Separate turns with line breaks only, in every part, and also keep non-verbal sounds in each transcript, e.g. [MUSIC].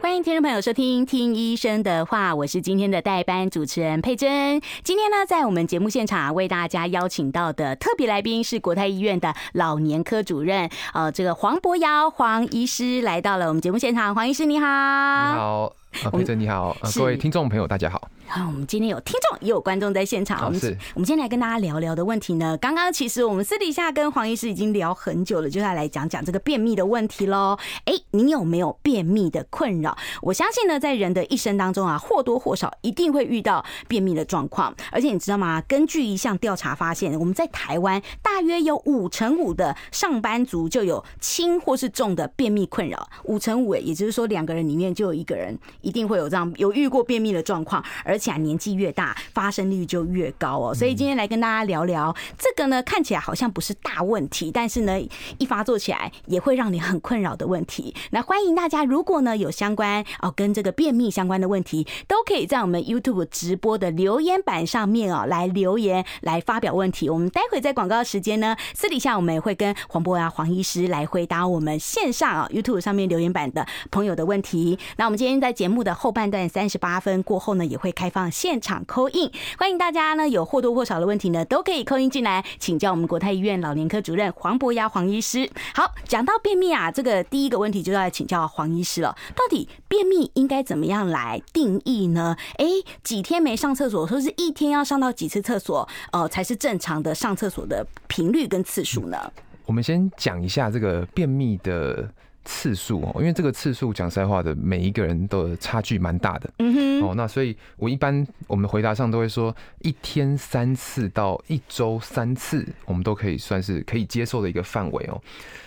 欢迎听众朋友收听《听医生的话》，我是今天的代班主持人佩珍。今天呢，在我们节目现场为大家邀请到的特别来宾是国泰医院的老年科主任，呃，这个黄博尧黄医师来到了我们节目现场。黄医师你好，
你好，呃、
我们
佩珍你好、呃
是
各位听众朋友大家好。
好，我们今天有听众也有观众在现场，
好
我们
是
我们今天来跟大家聊聊的问题呢，刚刚其实我们私底下跟黄医师已经聊很久了，就要来讲讲这个便秘的问题喽。哎，您有没有便秘的困扰？我相信呢，在人的一生当中啊，或多或少一定会遇到便秘的状况，而且你知道吗？根据一项调查发现，我们在台湾大约有五成五的上班族就有轻或是重的便秘困扰，五成五，也就是说两个人里面就有一个人一定会有这样有遇过便秘的状况，而且啊年纪越大，发生率就越高哦。所以今天来跟大家聊聊这个呢，看起来好像不是大问题，但是呢，一发作起来也会让你很困扰的问题。那欢迎大家，如果呢有相关哦跟这个便秘相关的问题，都可以在我们 YouTube 直播的留言板上面哦来留言来发表问题。我们待会在广告时间呢，私底下我们也会跟黄博雅黄医师来回答我们线上啊、YouTube 上面留言板的朋友的问题。那我们今天在节目的后半段三十八分过后呢，也会开放现场扣印，欢迎大家呢有或多或少的问题呢，都可以扣音进来，请教我们国泰医院老年科主任黄博雅黄医师。好，讲到便秘啊，这个第一个问题就要来请教黄医师了，到底便秘应该怎么样来定义呢？诶，几天没上厕所，说是一天要上到几次厕所，呃，才是正常的上厕所的频率跟次数呢？
我们先讲一下这个便秘的次数哦，因为这个次数讲实在话的，每一个人的差距蛮大的。
嗯哼，
哦，那所以我一般我们回答上都会说一天三次到一周三次，我们都可以算是可以接受的一个范围哦。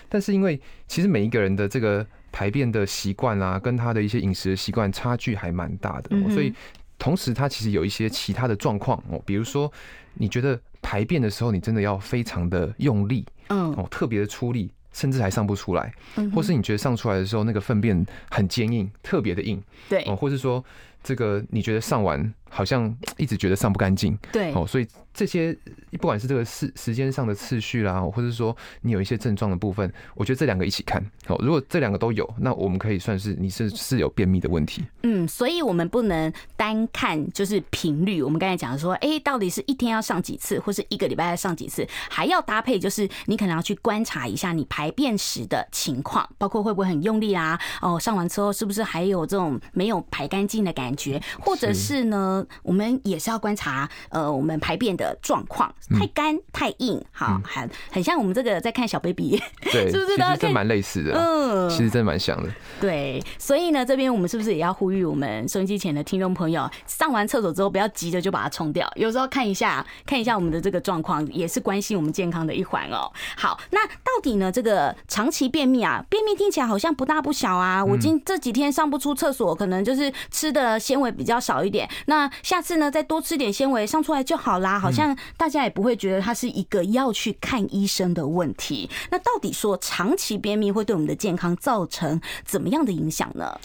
但是因为其实每一个人的这个排便的习惯啊，跟他的一些饮食的习惯差距还蛮大的、
嗯
哦，
哼
所以同时他其实有一些其他的状况哦，比如说你觉得排便的时候你真的要非常的用力
嗯，
哦，特别的出力，甚至还上不出来，
嗯哼
或是你觉得上出来的时候那个粪便很坚硬，特别的硬。
对
哦，或是说这个你觉得上完好像一直觉得上不干净
对，
哦，所以这些不管是这个时时间上的次序啦，或者是说你有一些症状的部分，我觉得这两个一起看哦。如果这两个都有，那我们可以算是你是是有便秘的问题。
嗯，所以我们不能单看就是频率。我们刚才讲说，哎、到底是一天要上几次，或是一个礼拜要上几次，还要搭配，就是你可能要去观察一下你排便时的情况，包括会不会很用力啊，哦，上完之后是不是还有这种没有排干净的感觉，或者是呢，我们也是要观察，呃，我们排便的状况，太干、太硬，好，很很像我们这个在看小 baby，
对，
是不是
其
大家
实
可以
这蛮类似的啊。
[LAUGHS] 嗯，
其实真的蛮像的，
对，所以呢，这边我们是不是也要呼吁我们收音机前的听众朋友，上完厕所之后不要急着就把它冲掉，有时候看一下看一下我们的这个状况，也是关心我们健康的一环哦。好，那到底呢，这个长期便秘啊，便秘听起来好像不大不小啊，
嗯
我今这几天上不出厕所，可能就是吃的纤维比较少一点，那下次呢再多吃点纤维，上出来就好
嗯
啦，好像大家也不会觉得它是一个要去看医生的问题。那到底说长期便秘会对我们的健康造成怎么样的影响呢？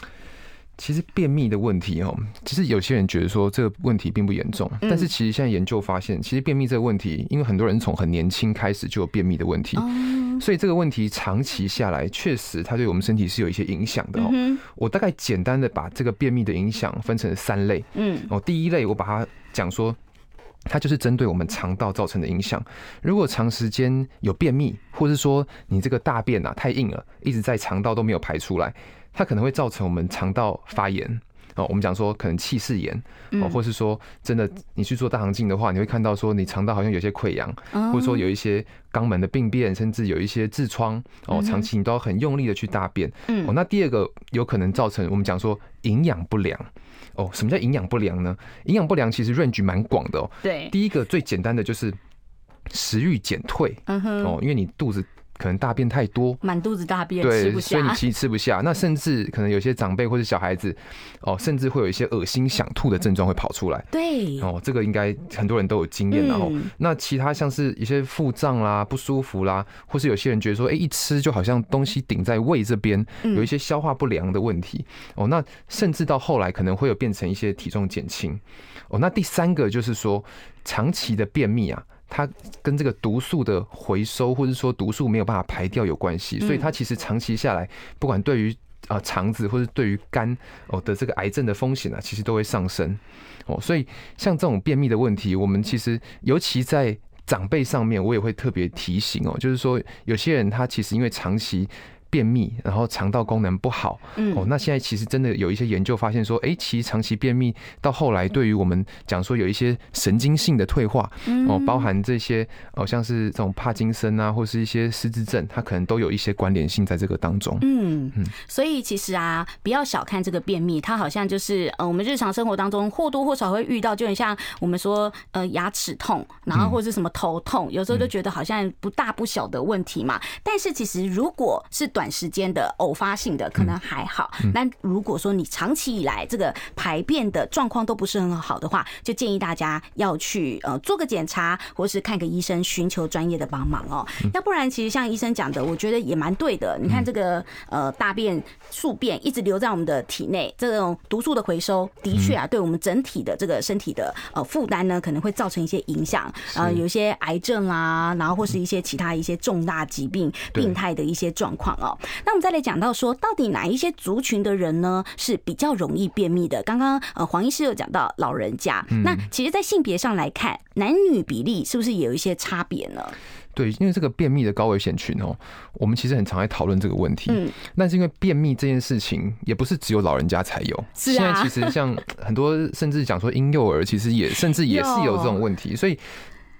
其实便秘的问题哦，其实有些人觉得说这个问题并不严重，但是其实现在研究发现，其实便秘这个问题，因为很多人从很年轻开始就有便秘的问题，所以这个问题长期下来，确实它对我们身体是有一些影响的哦。
嗯
我大概简单的把这个便秘的影响分成三类
嗯
哦。第一类我把它讲说，它就是针对我们肠道造成的影响。如果长时间有便秘，或是说你这个大便啊太硬了，一直在肠道都没有排出来，它可能会造成我们肠道发炎。哦，我们讲说可能气室炎，哦，或是说真的你去做大肠镜的话，你会看到说你肠道好像有些溃疡，
嗯
或
哦
者说有一些肛门的病变，甚至有一些痔疮哦，长期你都要很用力的去大便。
嗯
哦，那第二个有可能造成我们讲说营养不良。哦，什么叫营养不良呢？营养不良其实 range 蛮广的哦。
嗯对，
第一个最简单的就是食欲减退
嗯哼，
哦，因为你肚子可能大便太多，
满肚子大便吃
对，
不
所以你
[LAUGHS] 下，
其实吃不下。那甚至可能有些长辈或者小孩子，哦，甚至会有一些恶心想吐的症状会跑出来。
对，
哦，这个应该很多人都有经验，然后、
嗯
那其他像是一些腹胀啦、不舒服啦，或是有些人觉得说，哎、一吃就好像东西顶在胃这边，有一些消化不良的问题。哦，那甚至到后来可能会有变成一些体重减轻。哦，那第三个就是说，长期的便秘啊。它跟这个毒素的回收，或者说毒素没有办法排掉有关系，所以它其实长期下来，不管对于啊、呃肠子或者对于肝哦的这个癌症的风险啊，其实都会上升哦。所以像这种便秘的问题，我们其实尤其在长辈上面，我也会特别提醒哦，就是说有些人他其实因为长期。便秘，然后肠道功能不好，
嗯
哦，那现在其实真的有一些研究发现说，哎、其实长期便秘到后来，对于我们讲说有一些神经性的退化，哦，包含这些哦，像是这种帕金森啊，或是一些失智症，它可能都有一些关联性在这个当中。
嗯，所以其实啊，不要小看这个便秘，它好像就是呃，我们日常生活当中或多或少会遇到，就很像我们说呃牙齿痛，然后或者是什么头痛，有时候就觉得好像不大不小的问题嘛。但是其实如果是短时间的偶发性的，可能还好。那、如果说你长期以来这个排便的状况都不是很好的话，就建议大家要去呃做个检查，或是看个医生，寻求专业的帮忙哦。要不然，其实像医生讲的，我觉得也蛮对的。你看这个呃大便、宿便一直留在我们的体内，这种毒素的回收，的确啊，对我们整体的这个身体的呃负担呢，可能会造成一些影响。呃，有一些癌症啦，然后或是一些其他一些重大疾病、
对
病态的一些状况哦。那我们再来讲到说，到底哪一些族群的人呢是比较容易便秘的？刚刚呃黄医师有讲到老人家，
嗯
那其实，在性别上来看，男女比例是不是也有一些差别呢？
对，因为这个便秘的高危险群哦，我们其实很常在讨论这个问题。
嗯，
但是因为便秘这件事情，也不是只有老人家才有。
是
现在
啊
其实
[LAUGHS]
像很多，甚至讲说婴幼儿，其实也甚至也是有这种问题，所以。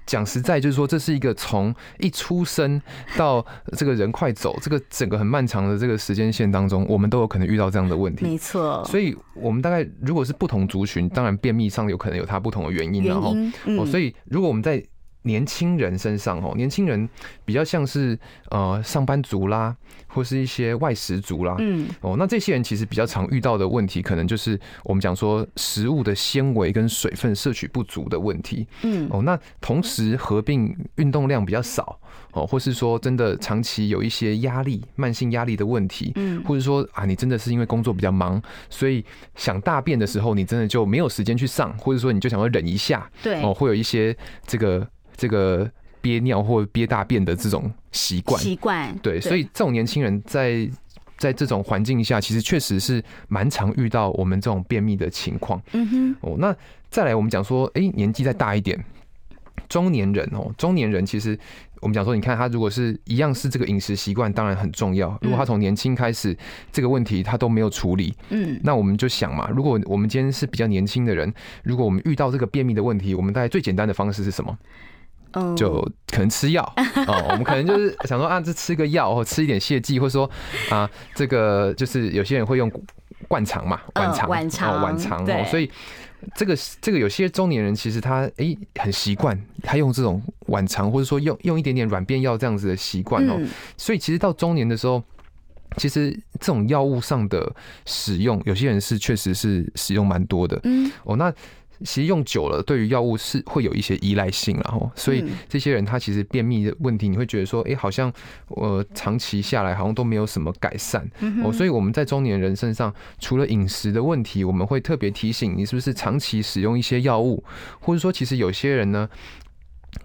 讲实在，就是说，这是一个从一出生到这个人快走，这个整个很漫长的这个时间线当中，我们都有可能遇到这样的问题。
没错，
嗯所以我们大概如果是不同族群，当然便秘上有可能有它不同的原因，
原
然后
因
哦，
嗯，
所以如果我们在年轻人身上哦，年轻人比较像是呃上班族啦，或是一些外食族啦，
嗯
哦，那这些人其实比较常遇到的问题，可能就是我们讲说食物的纤维跟水分摄取不足的问题。
嗯
哦，那同时合并运动量比较少哦，或是说真的长期有一些压力、慢性压力的问题，
嗯
或者说啊，你真的是因为工作比较忙，所以想大便的时候，你真的就没有时间去上，或者说你就想要忍一下，
对
哦，会有一些这个这个憋尿或憋大便的这种习惯，
习惯
对，所以这种年轻人在。在这种环境下，其实确实是蛮常遇到我们这种便秘的情况。
嗯哼
哦，那再来我们讲说，哎、年纪再大一点，中年人哦，中年人其实我们讲说，你看他如果是一样是这个饮食习惯，当然很重要。如果他从年轻开始这个问题他都没有处理，
嗯
那我们就想嘛，如果我们今天是比较年轻的人，如果我们遇到这个便秘的问题，我们大概最简单的方式是什么？
嗯
就可能吃
[LAUGHS]
药哦，我们可能就是想说啊，这吃个药或吃一点泻剂，或者说啊，这个就是有些人会用灌肠嘛，
嗯
晚肠，
晚
哦，
肠
晚肠
对
哦，所以。这个这个有些中年人其实他诶、很习惯，他用这种晚肠或者说用用一点点软便药这样子的习惯哦，
嗯
所以其实到中年的时候，其实这种药物上的使用，有些人是确实是使用蛮多的。
嗯
哦，那其实用久了，对于药物是会有一些依赖性然后，所以
嗯
这些人他其实便秘的问题，你会觉得说，哎、好像呃长期下来好像都没有什么改善哦，所以我们在中年人身上，除了饮食的问题，我们会特别提醒你是不是长期使用一些药物，或者说其实有些人呢，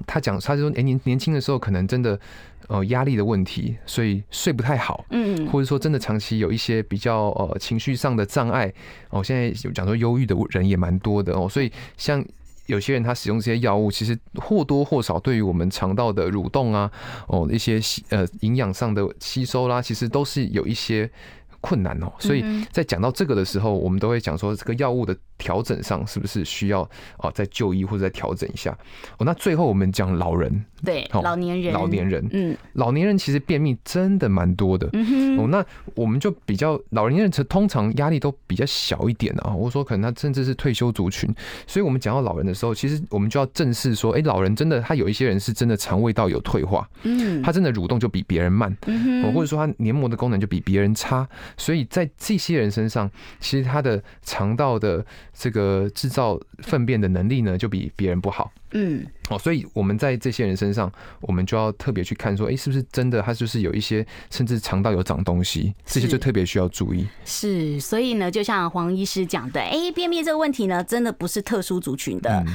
他讲他说，哎、年年轻的时候可能真的呃压力的问题，所以睡不太好，
嗯
或者说真的长期有一些比较呃情绪上的障碍哦，现在有讲说忧郁的人也蛮多的哦，所以像。有些人他使用这些药物，其实或多或少对于我们肠道的蠕动啊，哦，一些吸呃营养上的吸收啦，其实都是有一些困难哦。所以在讲到这个的时候，我们都会讲说，这个药物的调整上是不是需要哦再就医或者再调整一下？哦，那最后我们讲老人，
对，
哦
老年人，
老年人，
嗯
老年人其实便秘真的蛮多的。
嗯
哦
哼，，
那我们就比较老年人，通常压力都比较小一点啊。我说可能他甚至是退休族群，所以我们讲到老人的时候，其实我们就要正视说，哎、老人真的他有一些人是真的肠胃道有退化，
嗯
他真的蠕动就比别人慢，哦或者说他黏膜的功能就比别人差，所以在这些人身上，其实他的肠道的这个制造粪便的能力呢，就比别人不好。
嗯，
哦，所以我们在这些人身上，我们就要特别去看说，哎、是不是真的他就是有一些甚至肠道有长东西，这些
是
就特别需要注意。
是，所以呢，就像黄医师讲的，哎、便秘这个问题呢，真的不是特殊族群的。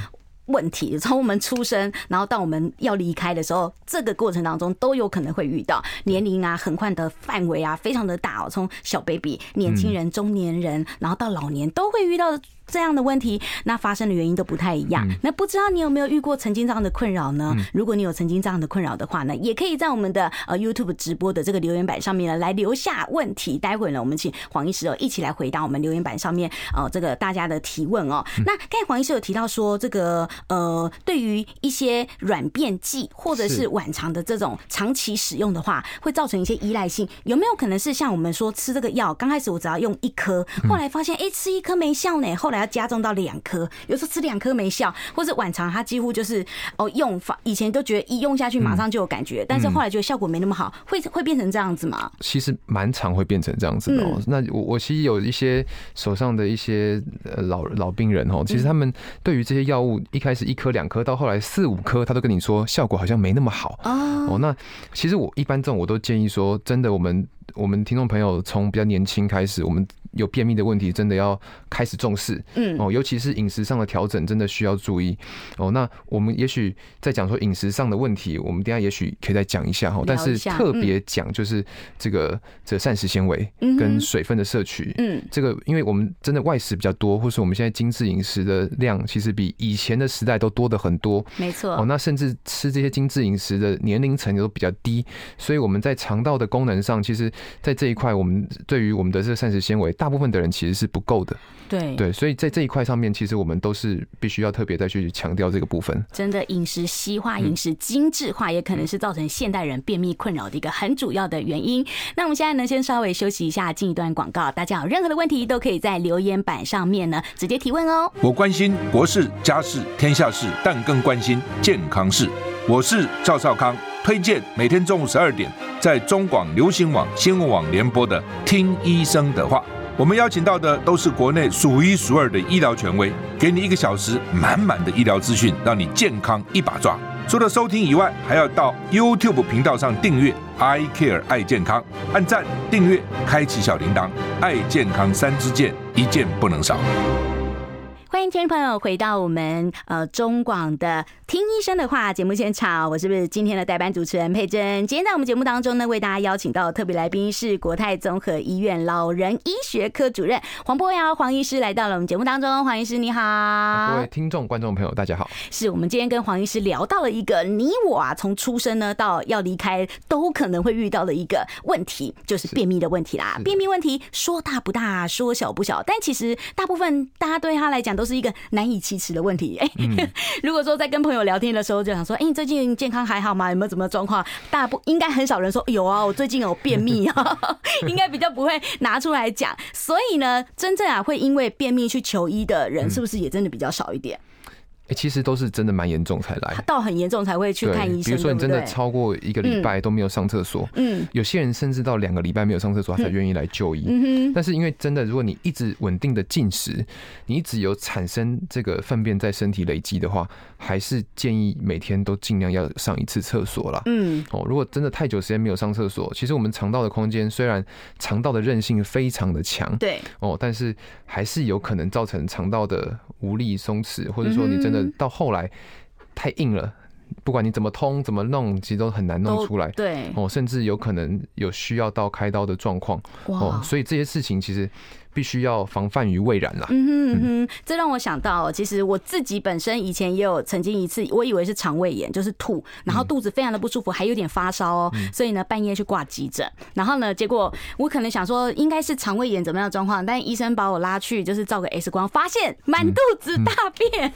问题从我们出生，然后到我们要离开的时候，这个过程当中都有可能会遇到年龄啊、横跨的范围啊，非常的大哦。从小 baby、年轻人、中年人，然后到老年都会遇到这样的问题。那发生的原因都不太一样。那不知道你有没有遇过曾经这样的困扰呢？如果你有曾经这样的困扰的话呢，也可以在我们的呃 YouTube 直播的这个留言板上面呢来留下问题。待会呢，我们请黄医师哦一起来回答我们留言板上面呃这个大家的提问哦。那刚才黄医师有提到说，这个呃对于一些软便剂或者是
是
晚肠的这种长期使用的话，会造成一些依赖性。有没有可能是像我们说吃这个药，刚开始我只要用一颗，
嗯
后来发现哎、诶吃一颗没效呢，后来要加重到两颗，有时候吃两颗没效，或者晚肠它几乎就是哦用法，以前都觉得一用下去马上就有感
嗯
觉，但是后来觉得效果没那么好，会会变成这样子吗？
其实蛮常会变成这样子的、哦。那我我其实有一些手上的一些呃老老病人哦，其实他们对于这些药物一开始一颗两颗，到后来四五颗，他都跟你说效果好像没那么好。
哦，
哦，那其实我一般这种我都建议说，真的，我们我们听众朋友从比较年轻开始，我们有便秘的问题，真的要开始重视。
嗯
哦，尤其是饮食上的调整，真的需要注意。哦，那我们也许在讲说饮食上的问题，我们等一下也许可以再讲一下哈，但
聊一
是
下嗯
特别讲就是这个、这膳食纤维
嗯哼
跟水分的摄取。
嗯，
这个，因为我们真的外食比较多，或是我们现在精致饮食的量，其实比以前的时代都多得很多。
没
哦，
错，
那甚至吃这些精致饮食的年龄层也都比较低，所以我们在肠道的功能上，其实在这一块，我们对于我们的这个膳食纤维，大部分的人其实是不够的。
对。
对，所以在这一块上面，其实我们都是必须要特别再去强调这个部分。
真的饮食西化、饮食精致化，也可能是造成现代人便秘困扰的一个很主要的原因。那我们现在呢，先稍微休息一下，进一段广告。大家有任何的问题，都可以在留言板上面呢直接提问哦。
我关心国事、家事、天下事，但更关心健康事。我是赵少康，推荐每天中午十二点在中广流行网、新闻网联播的《听医生的话》。我们邀请到的都是国内数一数二的医疗权威，给你一个小时满满的医疗资讯，让你健康一把抓。除了收听以外，还要到 YouTube 频道上订阅 “I Care 爱健康”，按赞、订阅、开启小铃铛，爱健康三支箭，一件不能少。
欢迎听众朋友回到我们呃中广的《听医生的话》节目现场，我是不是今天的代班主持人佩珍？今天在我们节目当中呢，为大家邀请到的特别来宾是国泰综合医院老人医学科主任黄博尧黄医师来到了我们节目当中，黄医师你好，
啊各位听众、观众朋友，大家好。
是我们今天跟黄医师聊到了一个你我啊，从出生呢到要离开都可能会遇到的一个问题，就是便秘的问题啦。便秘问题说大不大，说小不小，但其实大部分大家对他来讲都是一个难以启齿的问题。哎、 [LAUGHS] 如果说在跟朋友聊天的时候就想说，哎、你最近健康还好吗？有没有什么状况？大部应该很少人说有啊，我最近有便秘啊， [LAUGHS] 应该比较不会拿出来讲。所以呢，真正啊会因为便秘去求医的人，是不是也真的比较少一点？
哎、其实都是真的蛮严重才来。
到很严重才会去
对
看医，
比
生，
如说你
对
真
不
的
对？
超过一个礼拜都没有上厕所，
嗯，
有些人甚至到两个礼拜没有上厕所，他才愿意来就医。
嗯
但是因为真的，如果你一直稳定的进食，你一直有产生这个粪便在身体累积的话，还是建议每天都尽量要上一次厕所啦。
嗯，
哦，如果真的太久时间没有上厕所，其实我们肠道的空间虽然肠道的韧性非常的强，
对，
哦，但是还是有可能
嗯
造成肠道的无力、松弛，或者说你真的到后来太硬了。不管你怎么通怎么弄，其实都很难弄
都
出来。
对，
哦，甚至有可能有需要到开刀的状况哦
哇，。
所以这些事情其实必须要防范于未然啦。
嗯哼嗯哼，这让我想到哦，其实我自己本身以前也有曾经一次，我以为是肠胃炎，就是吐，然后肚子非常的不舒服，还有点发烧哦，
嗯
所以呢半夜去挂急诊，然后呢结果我可能想说应该是肠胃炎怎么样的状况，但医生把我拉去就是照个 X 光，发现满
嗯
肚子大便。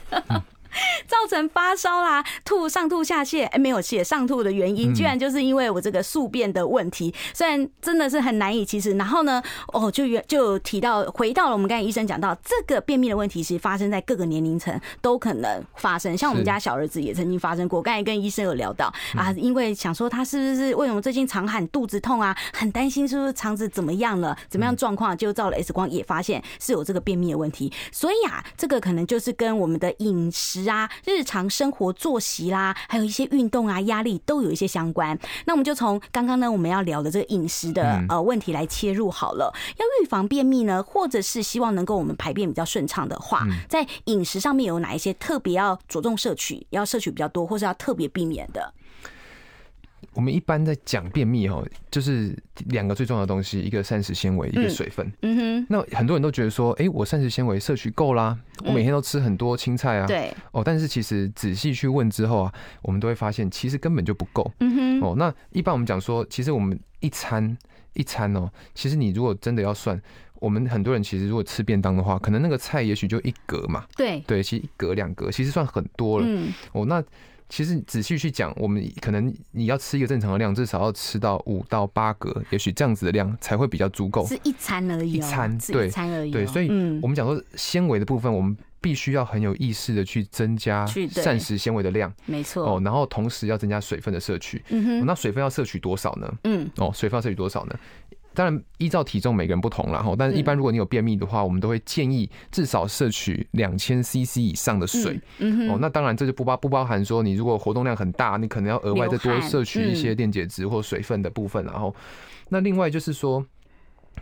造成发烧啦、吐、上吐下泻，哎，没有写上吐的原因，居然就是因为我这个宿便的问题。虽然真的是很难以启齿，然后呢，哦，就原就有提到回到了我们刚才医生讲到这个便秘的问题，其实发生在各个年龄层都可能发生。像我们
是
家小儿子也曾经发生过，刚才跟医生有聊到啊，因为想说他是不是为什么最近常喊肚子痛啊，很担心是不是肠子怎么样了，怎么样状况，啊就照了 X 光也发现是有这个便秘的问题。所以啊，这个可能就是跟我们的饮食啊、日常生活作息啦、还有一些运动啊、压力都有一些相关。那我们就从刚刚呢我们要聊的这个饮食的
嗯
呃问题来切入好了。要预防便秘呢，或者是希望能够我们排便比较顺畅的话，
嗯
在饮食上面有哪一些特别要着重摄取，要摄取比较多，或是要特别避免的？
我们一般在讲便秘哦，就是两个最重要的东西，一个膳食纤维，一个水分。
嗯
那很多人都觉得说，哎、我膳食纤维摄取够啦，我每天都吃很多青菜啊。
哼，嗯对，
哦，但是其实仔细去问之后啊，我们都会发现其实根本就不够。
嗯哼，
哦，那一般我们讲说，其实我们一餐一餐哦，其实你如果真的要算，我们很多人其实如果吃便当的话，可能那个菜也许就一格嘛，
对，
对，其实一格两格，其实算很多了。
嗯，
哦，那其实仔细去讲，我们可能你要吃一个正常的量，至少要吃到五到八格，也许这样子的量才会比较足够。
是一餐而已、哦，
一餐
是
对
一餐而已哦、
对，所以
嗯
我，们讲说纤维的部分，我们必须要很有意识的去增加
去对
膳食纤维的量
没错，
哦，然后同时要增加水分的摄取。
嗯
哦
哼，
那水分要摄取多少呢？
嗯，
哦，水分要摄取多少呢？当然，依照体重每个人不同啦，哦吼，但
嗯
是一般如果你有便秘的话，我们都会建议至少摄取两千 CC 以上的水。
嗯哼，
哦，那当然这就不包不包含说你如果活动量很大，你可能要额外再多
流汗
摄取一些
嗯
电解质或水分的部分。然后，那另外就是说，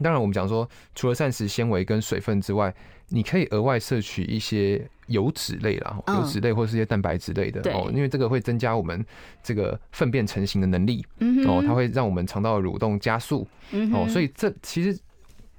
当然我们讲说，除了膳食纤维跟水分之外，你可以额外摄取一些油脂类啦，哦
嗯
油脂类或是一些蛋白质类的
对
哦，因为这个会增加我们这个粪便成型的能力
嗯哼
哦，它会让我们肠道的蠕动加速
嗯
哦，
哼，
所以这其实。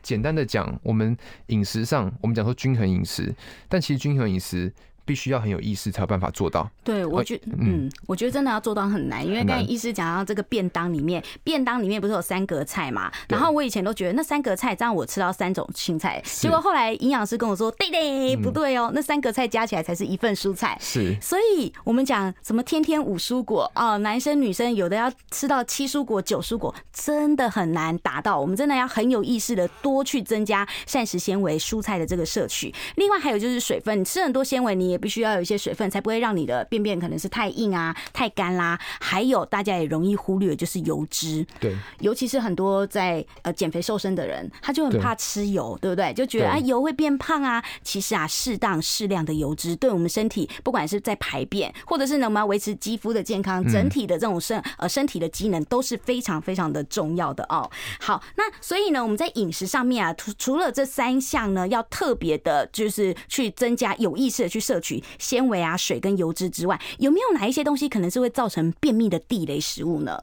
简单的讲，我们饮食上，我们讲说均衡饮食，但其实均衡饮食必须要很有意识才有办法做到。
对，我
呃
觉
嗯
嗯，我觉得真的要做到很难，因为
很
刚才
难
医师讲到这个便当里面，便当里面不是有三格菜嘛？
对
然后我以前都觉得那三格菜这样我吃到三种青菜，结果后来营养师跟我说，对
嗯
对，不对哦，那三格菜加起来才是一份蔬菜。
是
所以我们讲什么天天五蔬果啊、男生女生有的要吃到七蔬果、九蔬果，真的很难达到。我们真的要很有意识的多去增加膳食纤维、蔬菜的这个摄取。另外还有就是水分，你吃很多纤维，你也必须要有一些水分，才不会让你的便便可能是太硬啊、太干啦。还有大家也容易忽略的就是油脂，
对，
尤其是很多在呃减肥瘦身的人，他就很
对
怕吃油，对不对？就觉得
对
啊油会变胖啊。其实啊，适当适量的油脂对我们身体，不管是在排便，或者是呢我们要维持肌肤的健
嗯
康，整体的这种身呃身体的机能都是非常非常的重要的哦。好，那所以呢，我们在饮食上面啊，除除了这三项呢，要特别的，就是去增加有意识的去摄取纤维啊、水跟油脂之外，有没有哪一些东西可能是会造成便秘的地雷食物呢？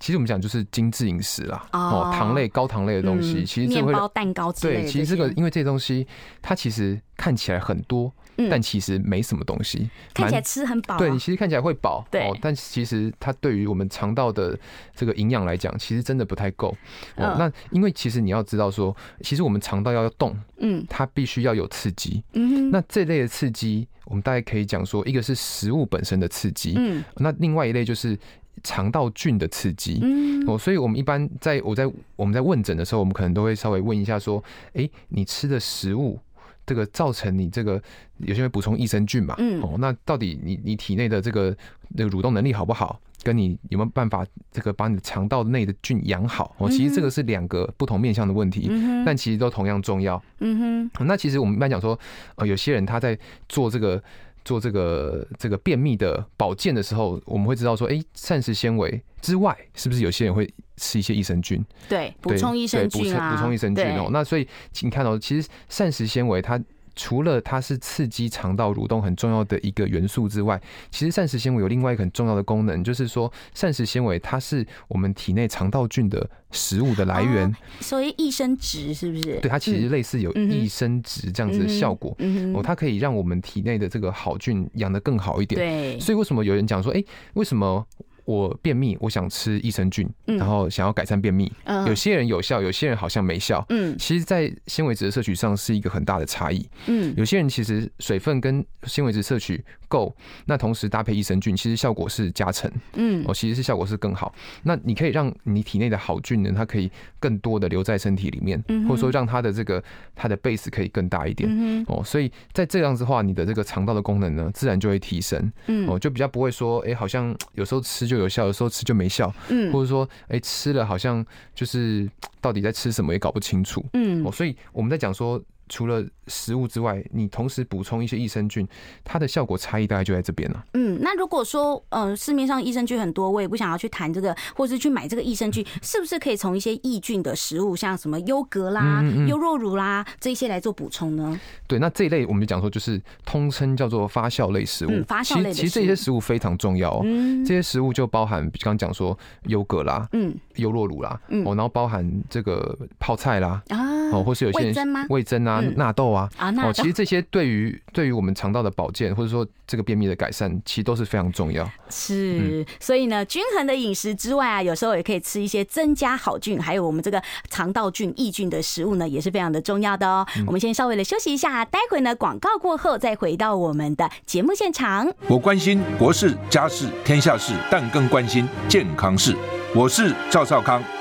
其实我们讲就是精致饮食啦，
哦
哦，糖类、高糖类的东西，
嗯
其实这
面
会
包、蛋糕之类的
对，
些。
其实这个因为这些东西它其实看起来很多，
嗯
但其实没什么东西，
看起来
蛮
吃很饱、啊，
对你其实看起来会饱，
对
哦，但其实它对于我们肠道的这个营养来讲，其实真的不太够。哦
嗯，
那因为其实你要知道说，其实我们肠道要动，
嗯
它必须要有刺激。
嗯哼
那这类的刺激，我们大概可以讲说，一个是食物本身的刺激，
嗯
那另外一类就是肠道菌的刺激。
嗯
哦，所以我们一般在我在我们在问诊的时候，我们可能都会稍微问一下说，诶，你吃的食物。这个造成你这个有些会补充益生菌嘛？
嗯
哦，那到底你你体内的这个那个蠕动能力好不好？跟你有没有办法这个把你的肠道内的菌养好？哦，其实这个是两个不同面向的问题，
嗯哼
但其实都同样重要。
嗯
那其实我们一般讲说，呃，有些人他在做这个做这个这个便秘的保健的时候，我们会知道说，哎、膳食纤维之外，是不是有些人会吃一些益生菌？
哼，对，补
对
充益生
对补
菌
充
啊，
补充益生菌哦。
对
那所以你看哦，其实膳食纤维它。除了它是刺激肠道蠕动很重要的一个元素之外，其实膳食纤维有另外一个很重要的功能，就是说膳食纤维它是我们体内肠道菌的食物的来源，
所以益生值是不是？
对它其实类似有
哦嗯哼
益生值这样子的效果。
嗯
哦，它可以让我们体内的这个好菌养得更好一点。
对，
所以为什么有人讲说，哎、为什么我便秘，我想吃益生菌，
嗯
然后想要改善便秘？
嗯
有些人有效，有些人好像没效。
嗯
其实，在纤维质的摄取上是一个很大的差异。
嗯
有些人其实水分跟纤维质摄取够，那同时搭配益生菌，其实效果是加成
嗯
哦，其实是效果是更好。那你可以让你体内的好菌呢，它可以更多的留在身体里面，
嗯哼
或者说让它的这个它的 base 可以更大一点。
嗯
哦，所以在这样子的话，你的这个肠道的功能呢，自然就会提升。
嗯
哦，就比较不会说，哎、好像有时候吃就有效，有时候吃就没效，
嗯
或者说，哎、吃了好像就是到底在吃什么也搞不清楚。哦，
嗯
所以我们在讲说，除了食物之外，你同时补充一些益生菌，它的效果差异大概就在这边了。啊
嗯。那如果说，呃，市面上益生菌很多，我也不想要去谈这个，或是去买这个益生菌，是不是可以从一些益菌的食物，像什么优格啦
嗯嗯、嗯
优酪乳啦这一些来做补充呢？
对，那这一类我们就讲说，就是通称叫做发酵类食物。
嗯发酵类的
其实其实这
食物
些食物非常重要哦。
嗯
这些食物就包含刚刚讲说优格啦、
嗯
优酪乳啦，
嗯
哦，然后包含这个泡菜啦，
啊
哦，或是有些人
味噌吗
味噌啊、
嗯
纳豆啊，
啊，
哦，
那
其实这些对于对于我们肠道的保健，或者说这个便秘的改善，其实都是非常重要。
是，所以呢，均衡的饮食之外啊，有时候也可以吃一些增加好菌，还有我们这个肠道菌、益菌的食物呢，也是非常的重要的哦。我们先稍微的休息一下，待会呢广告过后再回到我们的节目现场。
我关心国事、家事、天下事，但更关心健康事。我是赵少康，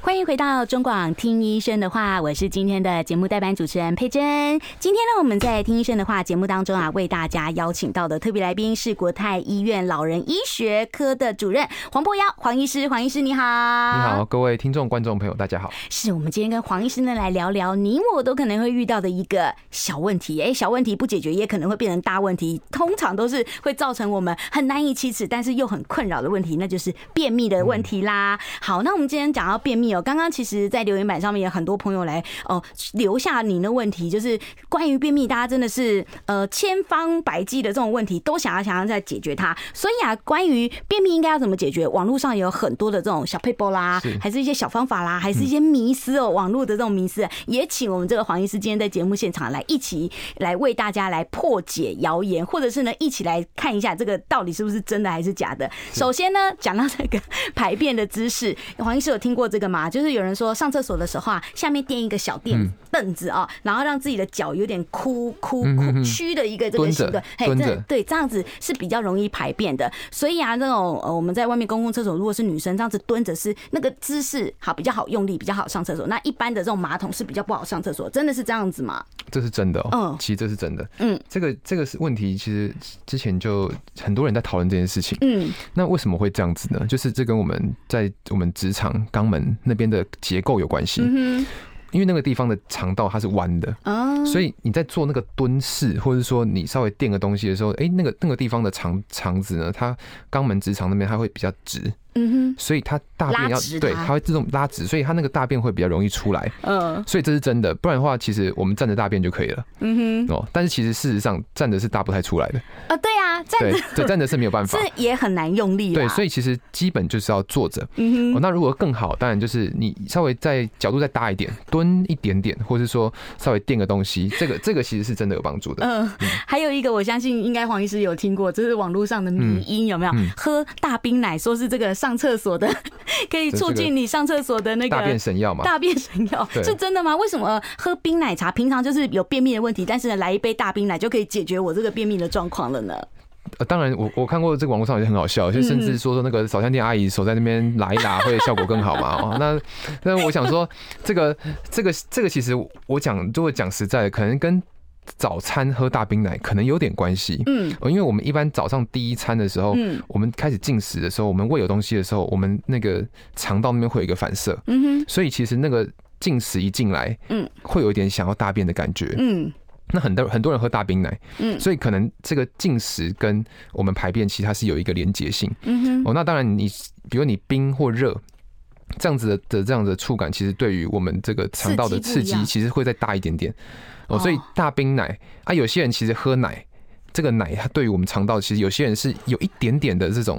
欢迎回到中广听医生的话，我是今天的节目代班主持人佩珍。今天呢，我们在听医生的话节目当中啊，为大家邀请到的特别来宾是国泰医院老人医学科的主任黄博尧黄医师，黄医师你好，
你
你
好，各位听众、观众朋友，大家好。
是我们今天跟黄医生呢来聊聊你我都可能会遇到的一个小问题，哎、小问题不解决也可能会变成大问题，通常都是会造成我们很难以启齿，但是又很困扰的问题，那就是便秘的问题啦。好，那我们今天讲到便秘哦，刚刚其实在留言板上面有很多朋友来哦、留下您的问题，就是关于便秘，大家真的是呃千方百计的这种问题都想要想要在解决它，所以啊，关于便秘应该要怎么解决，网络上也有很多的这种小 paper 啦，
是
还是一些小方法啦，还是一些迷思哦，网络的这种迷思，也请我们这个黄医师今天在节目现场来一起来为大家来破解谣言，或者是呢一起来看一下这个到底是不是真的还是假的。首先呢，讲到这个排便的姿势， [LAUGHS] 黄医师有听过这个吗？就是有人说上厕所的时候啊，下面垫一个小垫凳子啊，然后让自己的脚有点枯枯
嗯哼
枯
哼
屈的一个这个
蹲
行
着
动，嘿，
蹲
这
着
对，这样子是比较容易排便的。所以啊，那种呃，我们在外面公共厕所，如果是女生这样子蹲着是那个姿势好，比较好用力，比较好上厕所。那一般的这种马桶是比较不好上厕所，真的是这样子吗？
这是真的哦
嗯，
其实这是真的。
嗯，
这个这个是问题，其实之前就很多人在讨论这件事情。
嗯
那为什么会这样子呢？就是这跟我们在我们职场肛门那边的结构有关系，
嗯
因为那个地方的肠道它是弯的，
哼，啊，
所
以
以你在做那个蹲式，或者说你稍微垫个东西的时候，哎、那个那个地方的肠肠子呢，它肛门直肠那边它会比较直，
嗯
所以它大便
拉
要
直它
对，它会自动拉直，所以它那个大便会比较容易出来。
哼，嗯
所以这是真的，不然的话，其实我们站着大便就可以了
嗯
哦。但是其实事实上站着是大不太出来的，
哼，啊，对啊，站
对
着
对，站着是没有办法
[LAUGHS] 这。也很难用力啦
对，所以其实基本就是要坐着。
嗯
哦，
哼，
那如果更好，当然就是你稍微在角度再大一点，蹲一点点，或是说稍微垫个东西，这个这个其实是真的有帮助的。
嗯，还有一个我相信应该黄医师有听过，这是网络上的迷因有没有？
嗯
喝大冰奶说是这个上厕所的 [LAUGHS] 可以
这
促
这个
进你上厕所的那个
大便神药嘛，
大便神药
对
是真的吗？为什么呃喝冰奶茶平常就是有便秘的问题，但是呢来一杯大冰奶就可以解决我这个便秘的状况了呢？
呃，当然我我看过这个网络上也很好笑，就
嗯
甚至说说那个早餐店阿姨手在那边拉一拉会效果更好嘛。哦，那那我想说，这个这个这个其实我讲如果讲实在的，可能跟早餐喝大冰奶可能有点关系。
嗯
呃因为我们一般早上第一餐的时候，
嗯
我们开始进食的时候，我们胃有东西的时候，我们那个肠道那边会有一个反射，
嗯哼，
所以其实那个进食一进来，
嗯，
会有一点想要大便的感觉。
嗯
那很多很多人喝大冰奶，
嗯
所以可能这个进食跟我们排便其实它是有一个连结性。
嗯哼，
哦，那当然你，比如你冰或热。这样子的的这样子的触感，其实对于我们这个肠道的刺
刺激不一
激，
样
其实会再大一点点哦。
哦
所以大冰奶啊，有些人其实喝奶，这个奶它对于我们肠道，其实有些人是有一点点的这种，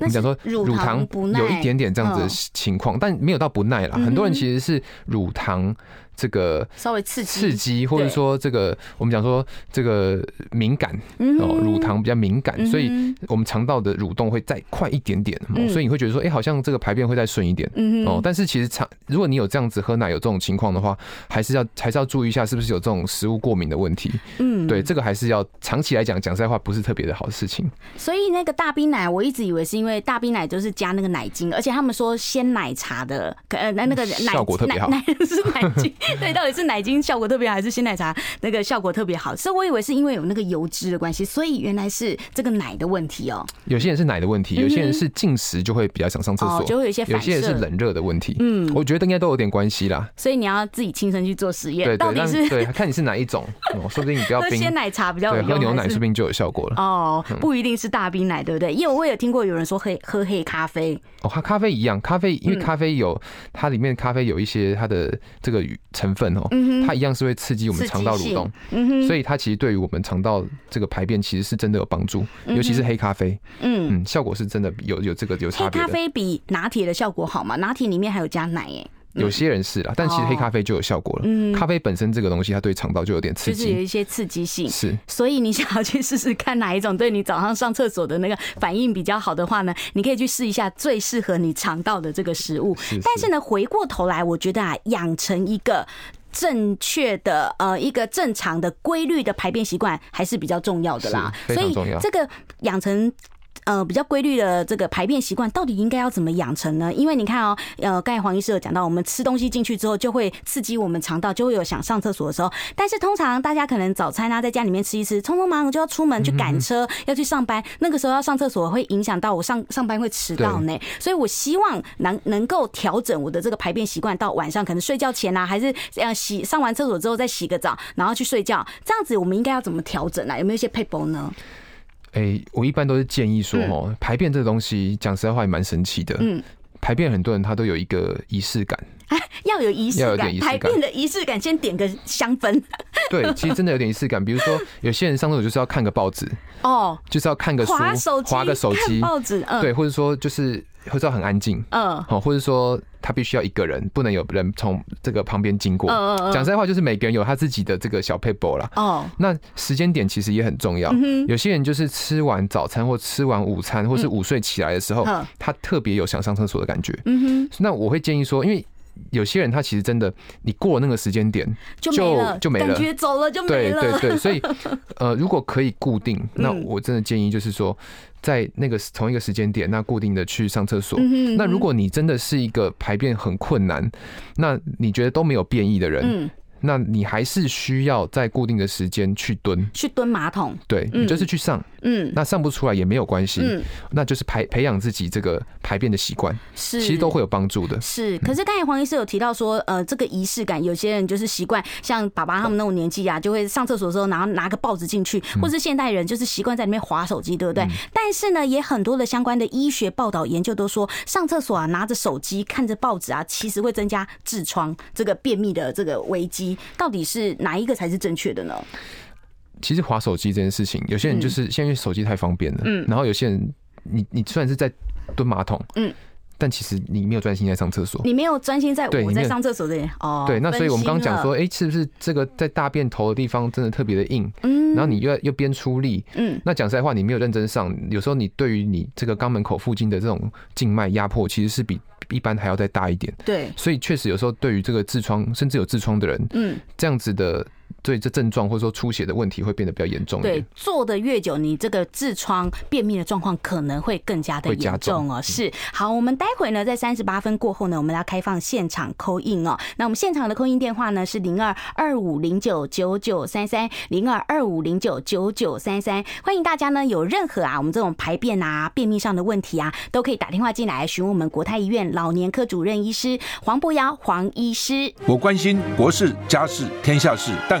我
那
们
是
讲说
乳
乳
糖
糖
不耐
有一点点这样子的
嗯
情况，但没有到不耐啦。很多人其实是乳糖这个
稍微刺激
刺激，或者
对
说这个我们讲说这个敏感
嗯
哦，
哼
乳糖比较敏
嗯
感，
哼
所以我们肠道的蠕动会再快一点点，哦
嗯
所以你会觉得说，哎，好像这个排便会再顺一点。
嗯
哦
哼，，
但是其实肠，如果你有这样子喝奶有这种情况的话，还是要还是要注意一下，是不是有这种食物过敏的问题？
嗯
对，这个还是要长期来讲，讲实在话不是特别的好事情。
所以那个大冰奶，我一直以为是因为大冰奶就是加那个奶精，而且他们说鲜奶茶的，可呃那那个奶
嗯效果特别好
奶奶 [LAUGHS] 是奶
[LAUGHS]
精，对，到底是奶精效果特别好，还是鲜奶茶那个效果特别好？所以我以为是因为有那个油脂的关系，所以原来是这个奶的问题哦、
有些人是奶的问题，有些人是进食就会比较想上厕所，
哦就会有一些反
有些人是
射
冷热的问题。
嗯
我觉得应该都有点关系啦。
所以你要自己亲身去做实验，
对
到
对，
底
但
是
对，看你是哪一种，哦，说不定你
[LAUGHS]
不要
喝
冰
鲜，奶茶比较有
对，喝
用，
牛奶
还
说不定就有效果了。
哦，不一定是大冰奶，对不对？因为我有听过有人说黑喝黑咖啡，
哦，它咖啡一样，咖啡因
嗯
为咖啡有、它里面咖啡有一些它的这个成分哦，它一样是会刺激我们肠道
嗯刺激
蠕
性嗯
动，所以它其实对于我们肠道这个排便其实是真的有帮助，尤其是黑咖啡，
嗯。
嗯，效果是真的有有这个有差
黑
别
咖
的。
啡比拿铁的效果好吗？拿铁里面还有加奶耶、
有些人是啦，但其实
哦
黑咖啡就有效果了。咖啡本身这个东西，它对肠道就有点刺
嗯就是有
激，
一些刺激性。
是
所以你想要去试试看哪一种对你早上上厕所的那个反应比较好的话呢？你可以去试一下最适合你肠道的这个食物。
是
但是呢，回过头来，我觉得啊，养成一个。正确的呃，一个正常的、规律的排便习惯还是比较重要的啦。
是非
所
常
以
重要
这个养成呃比较规律的这个排便习惯，到底应该要怎么养成呢？因为你看哦，呃，刚才黄医师有讲到，我们吃东西进去之后，就会刺激我们肠道，就会有想上厕所的时候。但是通常大家可能早餐啊，在家里面吃一吃，匆匆忙忙就要出门去赶
嗯
车，要去上班，那个时候要上厕所会影响到我上上班会迟到呢。所以我希望能能够调整我的这个排便习惯，到晚上可能睡觉前啊，还是呃洗上完厕所之后再洗个澡，然后去睡觉。这样子我们应该要怎么调整啊？有没有一些配 a 呢？
诶、我一般都是建议说，哦、排便这个东西，讲实在话也蛮神奇的。
嗯，
排便很多人他都有一个仪式感，
要有仪式
要有
感
点仪，式
排
感
便的仪式感，先点个香氛
对，其实真的有点仪式感。比如说，有些人上厕所就是要看个报纸，
哦，
就是要看个书，
划手机、
划个手
看
机，
报纸，嗯，
对，，或者说就是或者要很安静。
嗯，
好，或者说他必须要一个人，不能有人从这个旁边经过。
嗯嗯嗯
讲实在话，就是每个人有他自己的这个小 paper 啦。
哦，嗯
那时间点其实也很重要。有些人就是吃完早餐或吃完午餐，或是午睡起来的时候，
嗯
他特别有想上厕所的感觉。
嗯
那我会建议说，因为有些人他其实真的，你过了那个时间点
哼，就没了，
就没了
感觉走了就没
对
了，嗯
对对，所以
[LAUGHS]
呃，如果可以固定，那我真的建议就是说，在那个同一个时间点，那固定的去上厕
嗯
所。那如果你真的是一个排便很困难，那你觉得都没有便意的人，
嗯
那你还是需要在固定的时间去蹲。
去蹲马桶，
对你就是去上，
嗯，
那上不出来也没有关系，
嗯
那就是培培养自己这个排便的习惯，
是，
其实都会有帮助的。
是，可是刚才黄医师有提到说，呃，这个仪式感，有些人就是习惯，像爸爸他们那种年纪啊，就会上厕所的时候，然后拿个报纸进去，
嗯
或是现代人就是习惯在里面划手机，对不对？但是呢，也很多的相关的医学报道研究都说，上厕所啊，拿着手机看着报纸啊，其实会增加痔疮这个便秘的这个危机，到底是哪一个才是正确的呢？
其实划手机这件事情，有些人就是现在因为手机太方便了，
嗯
然后有些人你你虽然是在蹲马桶，
嗯，
但其实你没有专心在上厕所。
你没有专心在
对你
我
没
在
有
上厕所这里哦，
对，那所以我们刚刚讲说，
分
哎、是不是这个在大便头的地方真的特别的硬？
心了，嗯，
然后你又又边出力，
嗯
那讲实在话，你没有认真上，有时候你对于你这个肛门口附近的这种静脉压迫，其实是比一般还要再大一点。
对，
所以确实有时候对于这个痔疮，甚至有痔疮的人，
嗯
这样子的所以这症状或者说出血的问题会变得比较严重一
对
点。，
坐的越久，你这个痔疮、便秘的状况可能会更加的
会加嗯
严重哦。是，好，我们待会呢，在三十八分过后呢，我们要开放现场扣印哦。那我们现场的扣印电话呢是零二二五零九九九三三零二二五零九九九三三，欢迎大家呢有任何啊我们这种排便啊、便秘上的问题啊，都可以打电话进来询问我们国泰医院老年科主任医师黄博尧黄医师。
我关心国事、家事、天下事，但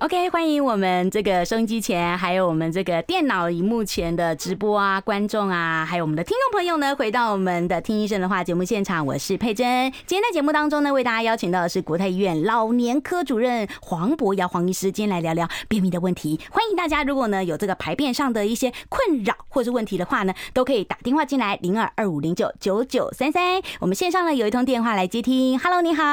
OK，欢迎我们这个收音机前，还有我们这个电脑荧幕前的直播啊，观众啊，还有我们的听众朋友呢，回到我们的听医生的话节目现场，我是佩珍。今天在节目当中呢，为大家邀请到的是国泰医院老年科主任黄博尧黄医师，今天来聊聊便秘的问题。欢迎大家，如果呢有这个排便上的一些困扰或是问题的话呢，都可以打电话进来零二二五零九九九三三。我们线上呢有一通电话来接听，Hello，你好，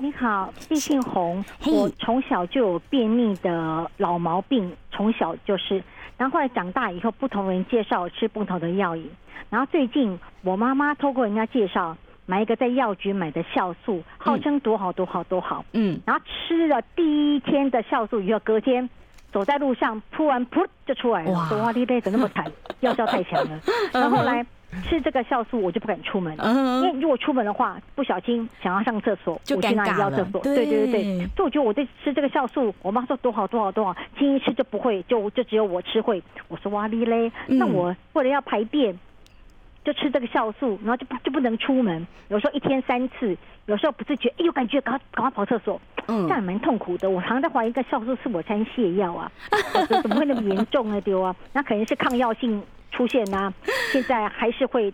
你好，谢杏红。
嘿
我从小就有便秘的老毛病，从小就是。然后后来长大以后，不同人介绍吃不同的药引。然后最近我妈妈透过人家介绍买一个在药局买的酵素，号称多好多好多好。
嗯，
然后吃了第一天的酵素以后，隔天走在路上，突然噗就出来了。
哇
哇！哇哩嘞，怎么那么
[LAUGHS]
惨？药效太强了。然后后来吃这个酵素，我就不敢出门了。
嗯
因为如果出门的话，不小心想要上厕所，
就
我去哪
尴尬
里要
了
厕所？
对
对对对对，所以我觉得我在吃这个酵素，我妈说多好多好多好，轻易吃就不会，就就只有我吃会。我说哇哩嘞，那
嗯
我为了要排便。就吃这个酵素，然后就不就不能出门。有时候一天三次，有时候不自觉，哎呦，感觉赶快赶快跑厕所，
嗯
这样也蛮痛苦的。我常常在怀疑，这酵素是我掺泻
[LAUGHS]
药啊，我觉得怎么会那么严重呢？丢啊，那可能是抗药性出现呐、
[LAUGHS]
现在还是会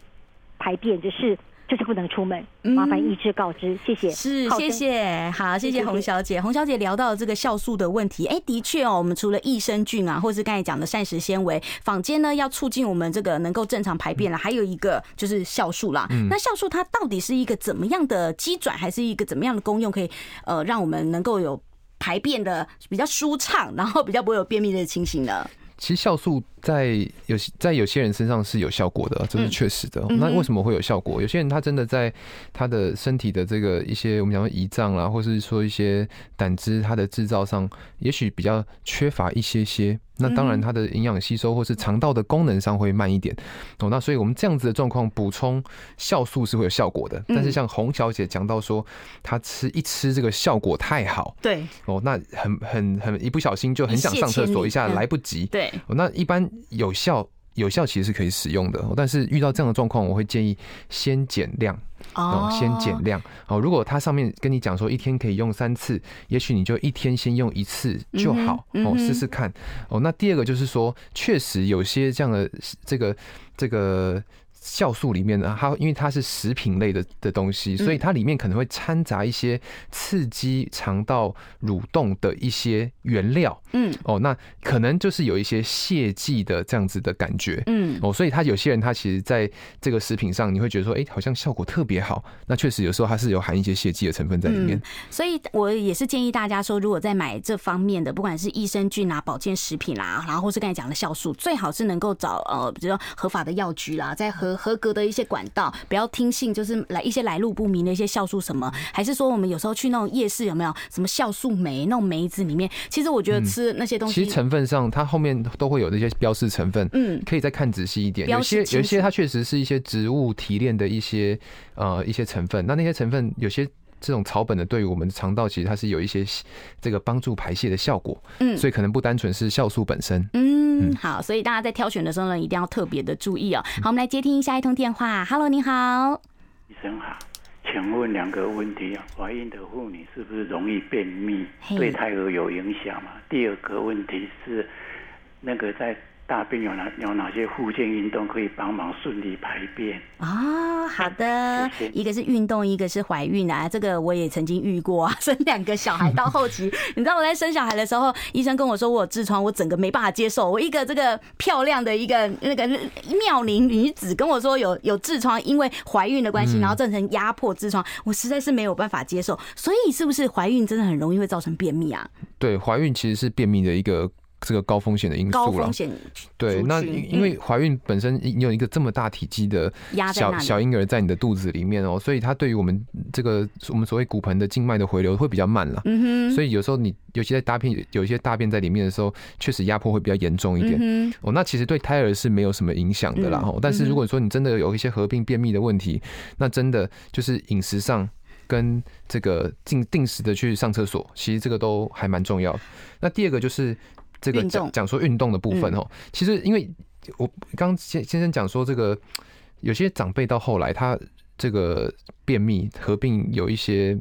排便，只是就是不能出门，麻烦医治告知，谢谢。
嗯是，
好
谢
的。
谢，好，谢
谢
谢
谢
洪小姐。洪小姐聊到这个酵素的问题，哎、的确哦，我们除了益生菌啊，或是刚才讲的膳食纤维，坊间呢要促进我们这个能够正常排便了，还有一个就是酵素啦。那酵素它到底是一个怎么样的机转，还是一个怎么样的功用，可以呃让我们能够有排便的比较舒畅，然后比较不会有便秘的情形呢？
其实酵素在有些在有些人身上是有效果的，这
嗯
是确实的。那为什么会有效果？有些人他真的在他的身体的这个一些我们讲说胰脏啊啦，或是说一些胆汁它的制造上，也许比较缺乏一些些。那当
嗯
然，它的营养吸收或是肠道的功能上会慢一点哦。那所以我们这样子的状况补充酵素是会有效果的。
嗯
但是像洪小姐讲到说，她吃一吃这个效果太好
对
哦，那很很很一不小心就很想上厕所，一
一泻千里
下
嗯
来不及。
对，
哦那一般有效有效其实是可以使用的，哦但是遇到这样的状况，我会建议先减量哦，先减量哦。如果它上面跟你讲说一天可以用三次，也许你就一天先用一次就好
嗯哼嗯
哦，
哼
试试看哦。那第二个就是说，确实有些这样的这个这个。酵素里面呢，它因为它是食品类的的东
嗯
西，所以它里面可能会掺杂一些刺激肠道蠕动的一些原料，
嗯
哦，那可能就是有一些泄气的这样子的感觉。
嗯，
哦，所以他有些人他其实在这个食品上，你会觉得说，哎、好像效果特别好。那确实有时候它是有含一些泄气的成分在里面。
所以我也是建议大家说，如果在买这方面的，不管是益生菌啊、保健食品啦、然后或是刚才讲的酵素，最好是能够找呃，比如说合法的药局啦，在合合格的一些管道，不要听信就是来一些来路不明的一些酵素什么，还是说我们有时候去那种夜市有没有什么酵素梅那种梅子里面，其实我觉得吃那些东西，
其实成分上，它后面都会有这些标示成分，
嗯
可以再看仔细一点。
标
有
示
些
清
有些
楚
它确实是一些植物提炼的一些呃一些成分，那那些成分有些。这种草本的对于我们的肠道其实它是有一些这个帮助排泄的效果，
嗯
所以可能不单纯是酵素本身。
嗯，好，所以大家在挑选的时候呢，一定要特别的注意哦。好，我们来接听下一通电话，Hello，你好，
医生好，请问两个问题：怀孕的妇女是不是容易便秘
嘿？
对胎儿有影响吗？第二个问题是，那个在大便有哪有哪些附件运动可以帮忙顺利排便？
啊、好的，
谢谢
一个是运动，一个是怀孕啊，这个我也曾经遇过啊， [LAUGHS] 生两个小孩到
[LAUGHS]
后期，你知道我在生小孩的时候，医生跟我说我有痔疮，我整个没办法接受，我一个这个漂亮的一个那个妙龄女子跟我说有有痔疮，因为怀孕的关
嗯
系，然后造成压迫痔疮，我实在是没有办法接受，所以是不是怀孕真的很容易会造成便秘啊？
对，怀孕其实是便秘的一个这个高风险的因
高
素了
风。险
对，
族
那
群
因因为怀孕本身你有一个这么大体积的
嗯压在
小
那里
小婴儿在你的肚子里面哦，所以它对于我们这个我们所谓骨盆的静脉的回流会比较慢了。
嗯哼，
所以有时候你尤其在大便有一些大便在里面的时候，确实压迫会比较严重一点。
嗯
哦，那其实对胎儿是没有什么影响的啦。哦
嗯
吼、但是如果说你真的有一些合并便秘的问题，那真的就是饮食上跟这个定定时的去上厕所，其实这个都还蛮重要的。那第二个就是这个
运动嗯
讲讲说运动的部分哦、其实因为我刚刚先先生讲说这个有些长辈到后来他这个便秘合并有一些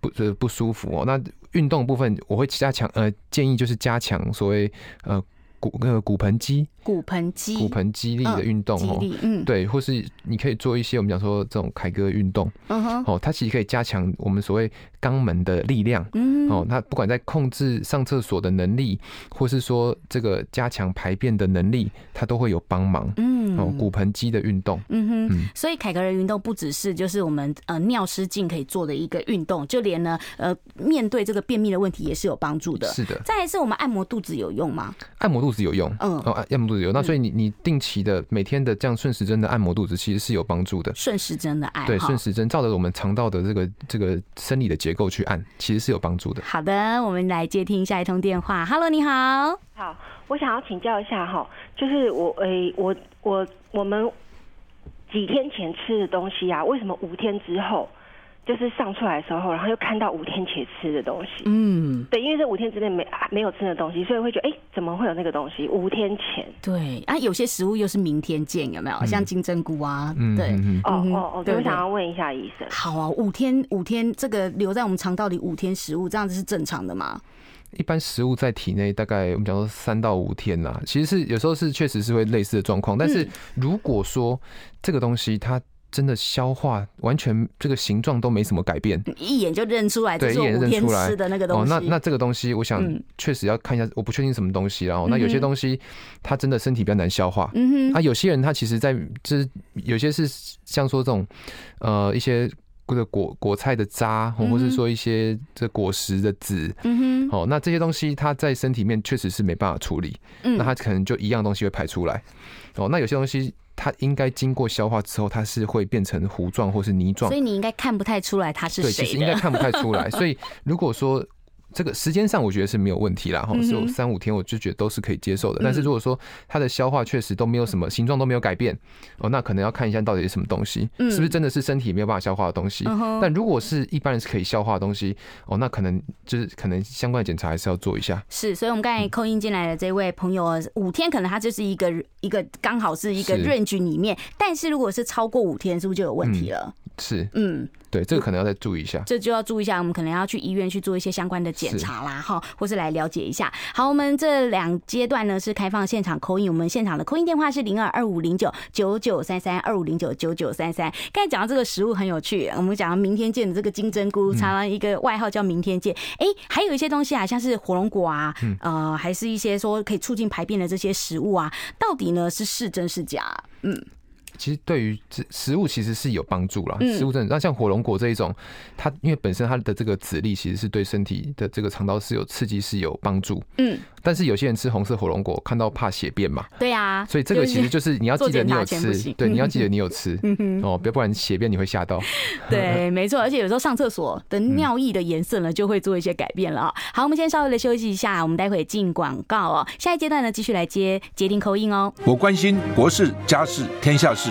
不呃不舒服哦、那运动部分我会加强呃建议就是加强所谓呃骨呃骨盆肌
骨盆肌，
骨盆肌力的运动
肌
哦。
力，嗯，，
对，或是你可以做一些我们讲说这种凯歌运动
嗯哼，
哦，它其实可以加强我们所谓肛门的力量
嗯
哦。它不管在控制上厕所的能力，或是说这个加强排便的能力，它都会有帮忙
嗯
哦。骨盆肌的运动，
嗯哼
嗯，
所以凯格尔运动不只是就是我们呃尿失禁可以做的一个运动，就连呢呃面对这个便秘的问题也是有帮助的。
是的，
再来是我们按摩肚子有用吗？
按摩肚子有用。
嗯
哦，按按摩肚子有用。那所以你你定期的每天的这样顺时针的按摩肚子，其实是有帮助的。
顺时针的爱
对，
好
顺时针照着我们肠道的这个这个生理的结构去按，其实是有帮助的。
好的，我们来接听下一通电话。Hello，你好。
好，我想要请教一下哈，就是我诶、我我我们几天前吃的东西啊，为什么五天之后就是上出来的时候，然后又看到五天前吃的东西？
嗯，
对，因为这五天之内没啊没有吃的东西，所以会觉得哎、诶怎么会有那个东西？五天前
对啊，有些食物又是明天见，有没有？像金针菇啊，
嗯，
对
嗯。嗯
哦
嗯哼
哦哦，所
对
以我
对
想要问一下医生。
好啊，五天五天，这个留在我们肠道里五天食物，这样子是正常的吗？
一般食物在体内大概我们讲说三到五天啦，其实是有时候是确实是会类似的状况，
嗯
但是如果说这个东西它真的消化完全这个形状都没什么改变，
一眼就认出来，这
对，
是
一
我
眼
五
认
天
出来
吃的那个东西。
哦，那那这个东西，我想
嗯
确实要看一下，我不确定什么东西啦，然后那有
嗯
些
哼
东西它真的身体比较难消化，
嗯哼，
啊，有些人他其实在，就是有些是像说这种，呃，一些或者果果菜的渣，哦或或是说一些这果实的籽，
嗯
哦，那这些东西它在身体里面确实是没办法处理，
嗯
那它可能就一样东西会排出来，哦，那有些东西它应该经过消化之后，它是会变成糊状或是泥状
所以，你应该看不太出来他是
对，其
谁
实应
的
该。看不太出来，所以如果说。这个时间上我觉得是没有问题啦，哈、是
嗯
有三五天我就觉得都是可以接受的。但是如果说它的消化确实都没有什么形状都没有改变，哦，那可能要看一下到底是什么东西，
嗯
是不是真的是身体没有办法消化的东西？
嗯哼
但如果是一般人是可以消化的东西，哦，那可能就是可能相关的检查还是要做一下。
[LAUGHS] 是，所以我们
嗯
刚才扣印进来的这位朋友，五天可能他就是一个一个刚好是一个
是
range 里面，但是如果是超过五天，是不是就有问题了？
是
嗯，
对，这个可能要再注意一下。
这就要注意一下，我们可能要去医院去做一些相关的检查啦，哈，或是来了解一下。好，我们这两阶段呢是开放现场扣印，我们现场的扣印电话是零二二五零九九九三三二五零九九九三三。刚才讲到这个食物很有趣，我们讲到明天见的这个金针菇，
嗯
常常一个外号叫明天见。哎、还有一些东西啊，像是火龙果啊，
嗯
呃，还是一些说可以促进排便的这些食物啊，到底呢是是真是假？嗯
其实对于食食物其实是有帮助啦，
嗯
食物真的，那像火龙果这一种，它因为本身它的这个籽粒其实是对身体的这个肠道是有刺激是有帮助，
嗯，
但是有些人吃红色火龙果看到怕血便嘛，
对啊，
所以这个其实就是你要
做
记得
检
你
查
有
前不
吃
行，嗯
对，你要记得你有吃，哦，不要不然血便你会
[LAUGHS]
吓到。 [LAUGHS]
对，没错，而且有时候上厕所的尿液的颜色呢，就会做一些改变了啊。好，我们先稍微的休息一下，我们待会进广告哦。下一阶段呢，继续来接接听口音哦。
我关心国事、家事、天下事，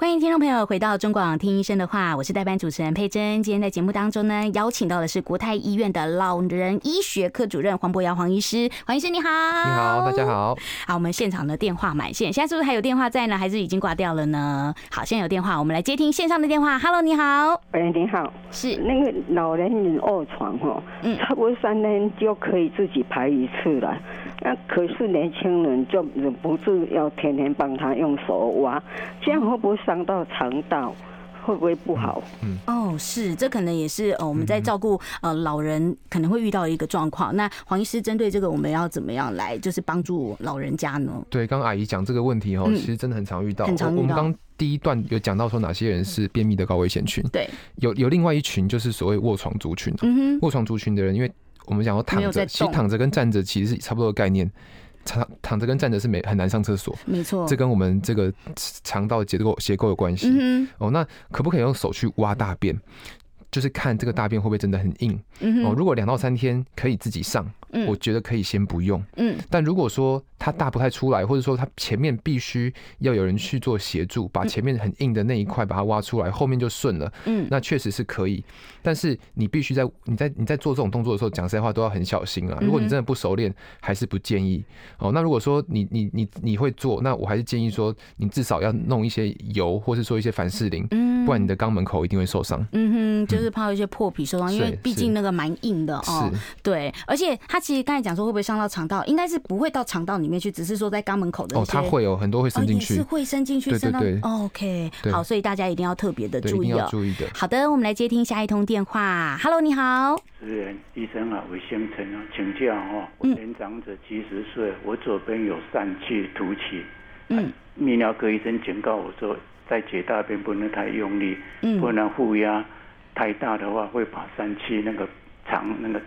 欢迎听众朋友回到中广听医生的话，我是代班主持人佩珍。今天在节目当中呢，邀请到的是国泰医院的老人医学科主任黄博尧黄医师，黄医师你好，
你
你
好，大家。好。
好，我们现场的电话满线，现在是不是还有电话在呢？还是已经挂掉了呢？好，现在有电话，我们来接听线上的电话。Hello，你好，
哎、你好，
是
那个老人有卧床哦，
嗯
差不多三天就可以自己排一次了。那可是年轻人就忍不住要天天帮他用手挖，这样会不会伤到肠道？会不会不好？
嗯
哦，是，这可能也是呃我们
嗯
在照顾呃老人可能会遇到一个状况。那黄医师针对这个，我们要怎么样来就是帮助老人家呢？
对，刚刚阿姨讲这个问题哦，
嗯
其实真的很常遇到。
很常遇
我我们
到
刚第一段有讲到说哪些人是便秘的高危险群，
对，
有有另外一群就是所谓卧床族群。
[LAUGHS] 嗯哼，
卧床族群的人，因为我们讲要躺
没有在
着，
动
其实躺着跟站着其实是差不多的概念。躺躺着跟站着是没很难上厕所，
没错，
这跟我们这个肠道结构结构有关系。
嗯哼，
哦，那可不可以用手去挖大便？就是看这个大便会不会真的很硬
嗯
哦。
哼，
如果两到三天可以自己上，
嗯
我觉得可以先不用。
嗯
但如果说它大不太出来，或者说它前面必须要有人去做协助，把前面很硬的那一块把它挖出来，后面就顺了，
嗯，
那确实是可以。但是你必须在你在你在做这种动作的时候，讲实在话都要很小心啊。
嗯
如果你真的不熟练，还是不建议哦。那如果说你你你你会做，那我还是建议说你至少要弄一些油，或是说一些凡士林，
嗯
不然你的肛门口一定会受伤。
嗯哼，就是怕有一些破皮受伤，因为
是
毕竟那个蛮硬的哦。
是
对，而且他其实刚才讲说会不会伤到肠道，应该是不会到肠道里面去，只是说在肛门口的一
哦，
些
它会有很多会
哦
伸进
也
去
是，会伸进去，
对
伸到
对对
OK
对
好，所以大家一定要特别的
对，
注
一定
意
要
哦。
注意的。
好的，我们来接听下一通电话。Hello，你好，
主持人医生好，我姓陈啊，请教哦，我
嗯
年长者七十岁，我左边有疝气凸起，
嗯
泌尿科医生警告我说，在解大便不能太用力，
嗯
不然负压太大的话会把疝气那个肠那个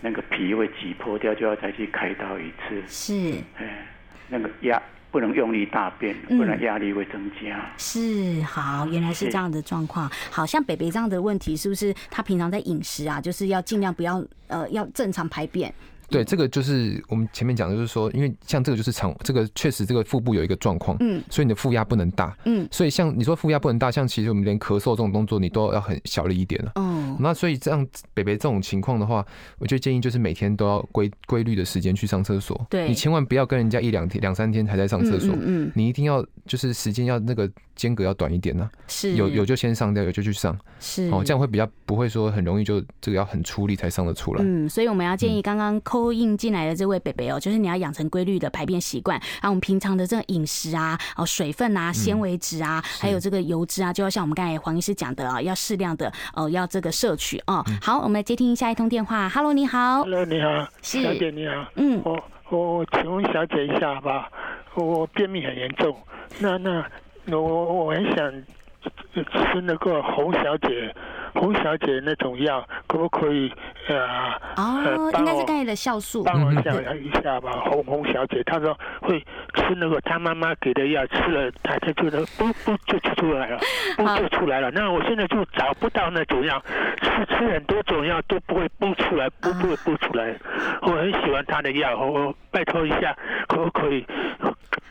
那个皮会挤破掉，就要再去开刀一次。
是
哎，那个压不能用力大便，
嗯
不然压力会增加。
是，好，原来是
是
这样的状况。好像北北这样的问题，是不是他平常在饮食啊，就是要尽量不要呃要正常排便？
对，这个就是我们前面讲，的，就是说，因为像这个就是肠，这个确实这个腹部有一个状况，
嗯
所以你的负压不能大，
嗯
所以像你说负压不能大，像其实我们连咳嗽这种动作，你都要很小力一点了、
哦，
那所以这样，北北这种情况的话，我就建议就是每天都要规规律的时间去上厕所。
对
你千万不要跟人家一两天、两三天还在上厕所，
嗯嗯嗯
你一定要就是时间要那个间隔要短一点呢、啊
是
有有就先上掉，有就去上，
是
哦，这样会比较不会说很容易就这个要很出力才上得出来。
嗯，所以我们要建议刚刚扣印进来的这位北北哦，就是你要养成规律的排便习惯，啊，我们平常的这个饮食啊，哦，水分啊、纤维质
嗯
啊，还有这个油脂啊，就要像我们刚才黄医师讲的啊，要适量的哦，要这个摄取哦。
嗯
好，我们来接听下一通电话。Hello，你好，
Hello，你好，
是
小姐你好，
嗯
我我我请问小姐一下吧，我便秘很严重，那那我我我很想吃那个洪小姐洪小姐那种药，可不可以呃
哦
呃，
应
帮
该是
我
刚才的酵素，
帮我想一下吧？洪洪小姐她说会吃那个她妈妈给的药，吃了她她就能不不就就出来了，不
好
就出来了。那我现在就找不到那种药，吃吃很多种药都不会不出来，不不会不出来。我很喜欢她的药，我我拜托一下，可不可以？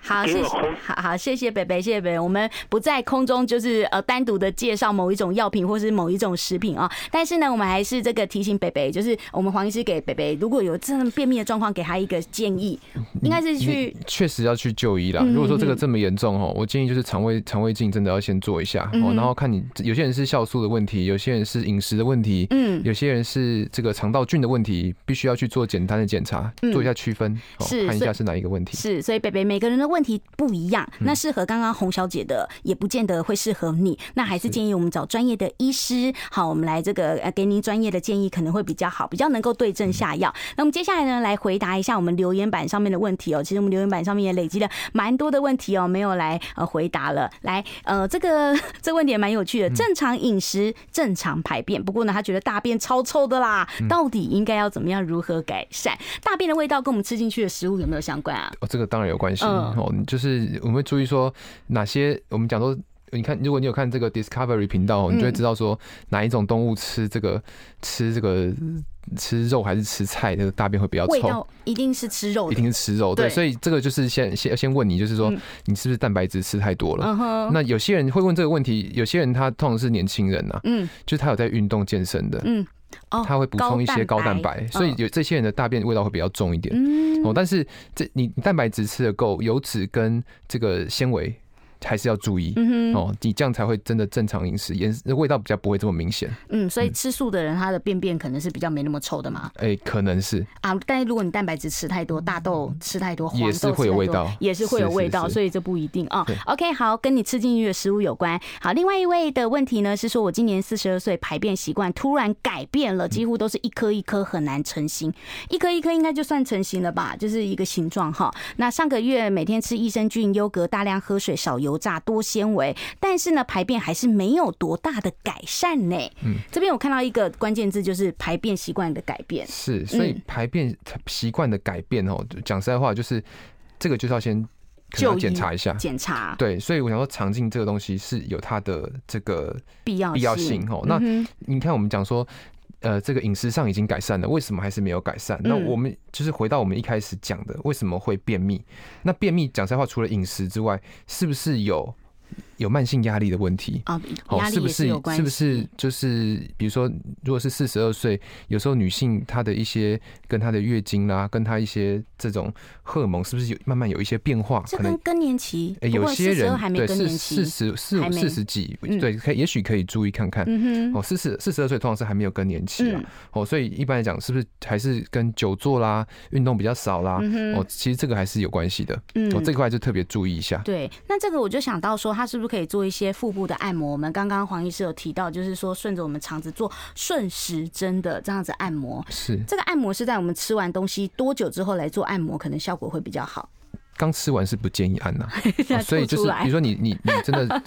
好，
给
谢谢，
我
好
红
好，谢谢北北，谢谢北北。我们不在空中就是呃单独的介绍某一种药品或是某一种食品啊、但是呢，我们还是这个提醒北北，就是我们黄医师给北北，如果有这种便秘的状况，给他一个建议，应该是去
你确实要去就医啦。
嗯
如果说这个这么严重哦，我建议就是肠胃肠胃镜真的要先做一下，哦
嗯
然后看你有些人是酵素的问题，有些人是饮食的问题，
嗯
有些人是这个肠道菌的问题，必须要去做简单的检查，
嗯
做一下区分，哦
是
看一下
所以
是哪一个问题。嗯
是，所以北北每个人的问题不一样，那适合刚刚洪小姐的也不见得会适合你，那还是建议我们找专业的医师，好，我们来这个呃给您专业的建议可能会比较好，比较能够对症下
嗯
药。那我们接下来呢，来回答一下我们留言板上面的问题哦。其实我们留言板上面也累积了蛮多的问题哦，没有来呃回答了。来，呃，这个 [LAUGHS] 这个问题也蛮有
嗯
趣的，正常饮食，正常排便。不过呢，他觉得大便超臭的啦，
嗯
到底应该要怎么样，如何改善？大便的味道跟我们吃进去的食物有没有相关啊？
哦，这个当然有关系、
嗯
哦，就是我们会注意说哪些我们讲说。你看，如果你有
嗯
看这个 Discovery 频道哦，你就会知道说哪一种动物吃这个吃这个吃肉还是吃菜，那个大便会比较
味
臭
道。一定是吃肉的，
一定是吃肉，对，
对
所以这个就是先先先问你，就是说
嗯
你是不是蛋白质吃太多了？
嗯哼
那有些人会问这个问题，有些人他通常是年轻人呐、啊，
嗯
就是他有在运动健身的，
嗯，哦，
他会补充一些高蛋白，所以
嗯
有这些人的大便味道会比较重一点。
嗯
哦，但是这你你蛋白质吃的够，油脂跟这个纤维还是要注意、
嗯哼
哦，你这样才会真的正常饮食，颜味道比较不会这么明显。
嗯，所以吃素的人他的便便可能是比较没那么臭的嘛。
哎、可能是
啊，但是如果你蛋白质吃太多，大豆吃太多，黄
嗯
豆
也是会有
吃太多
味道
也是会有
是是
味道，
是
所以这不一定啊
对。
OK，好，跟你吃进去的食物有关。好，另外一位的问题呢是说，我今年四十二岁，排便习惯突然改变
嗯
了，几乎都是一颗一颗很难成型，一颗一颗应该就算成型了吧，就是一个形状哈。那上个月每天吃益生菌、优格，大量喝水，少油炸，多纤维，但是呢，排便还是没有多大的改善呢。
嗯
这边我看到一个关键字，就是排便习惯的改变。
是，所以
嗯
排便习惯的改变哦，讲实在话，就是这个就是要先可能
就
要检
医
查一下，
检查
啊对，所以我想说，肠镜这个东西是有它的这个
必要
必要
性
性哦。那
嗯哼
你看，我们讲说，呃，这个饮食上已经改善了，为什么还是没有改善？那
嗯
我们就是回到我们一开始讲的，为什么会便秘？那便秘讲实在话，除了饮食之外，是不是有有慢性压力的问题？
啊，
哦，
压
是
力
不
也
是
有关
是不
系。
是就是比如说，如果是四十二岁，有时候女性她的一些跟她的月经啦、跟她一些这种荷尔蒙，是不是有慢慢有一些变化？
这
可能
跟更年期，
欸
不
有
过
些
42
人
还没
对
更
是
年期，
四十四
还没
四十几，
嗯
对，可以也许可以注意看看。
嗯哼
哦，四十四十二岁通常是还没有更年期啊
嗯。
哦，所以一般来讲，是不是还是跟久坐啦、运动比较少啦？
嗯哼
哦，其实这个还是有关系的。
嗯
哦，这块就特别注意一下。
对，那这个我就想到说，他是不是可以做一些腹部的按摩？我们刚刚黄医师有提到，就是说顺着我们肠子做顺时针的这样子按摩。
是
这个按摩是在我们吃完东西多久之后来做按摩，可能效果会比
[LAUGHS]
较好。
刚吃完是不建议按呐、
现在
哦所以
吐
就
出
是
来嗯
比如说你你你真
[LAUGHS]
的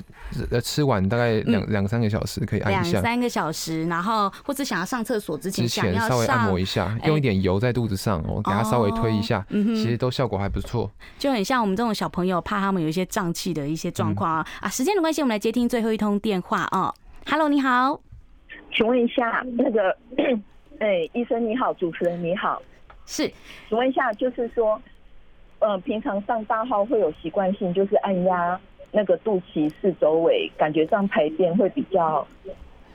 呃吃完大概两两三个小时可以按
两
一下，
三个小时，然后或者想要上厕所之前，
之
想
前
要
稍微按
上
摩一下，用一
哎
点油在肚子上，哦，给它稍微推一下，
嗯哼
其实都效果还不错。
就很像我们这种小朋友，怕他们有一些胀气的一些状况啊。啊，时间的关系，我们来接听最后一通电话哦。Hello，你好。
请问一下，那个， [CLEARS THROAT] 哎，医生你好，主持人你好，
是，
请问一下，就是说，呃，平常上大号会有习惯性，就是按压那个肚脐四周围，感觉这样排便会比较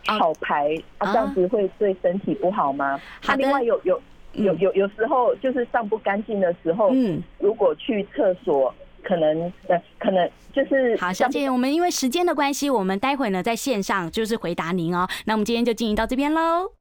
好排，啊，这样子会对身体不好吗？啊，另外有有有有有时候就是上不干净的时候，
嗯，
如果去厕所，可能呃，可能就是
好，小姐，我们因为时间的关系，我们待会呢在线上就是回答您哦。那我们今天就进行到这边喽。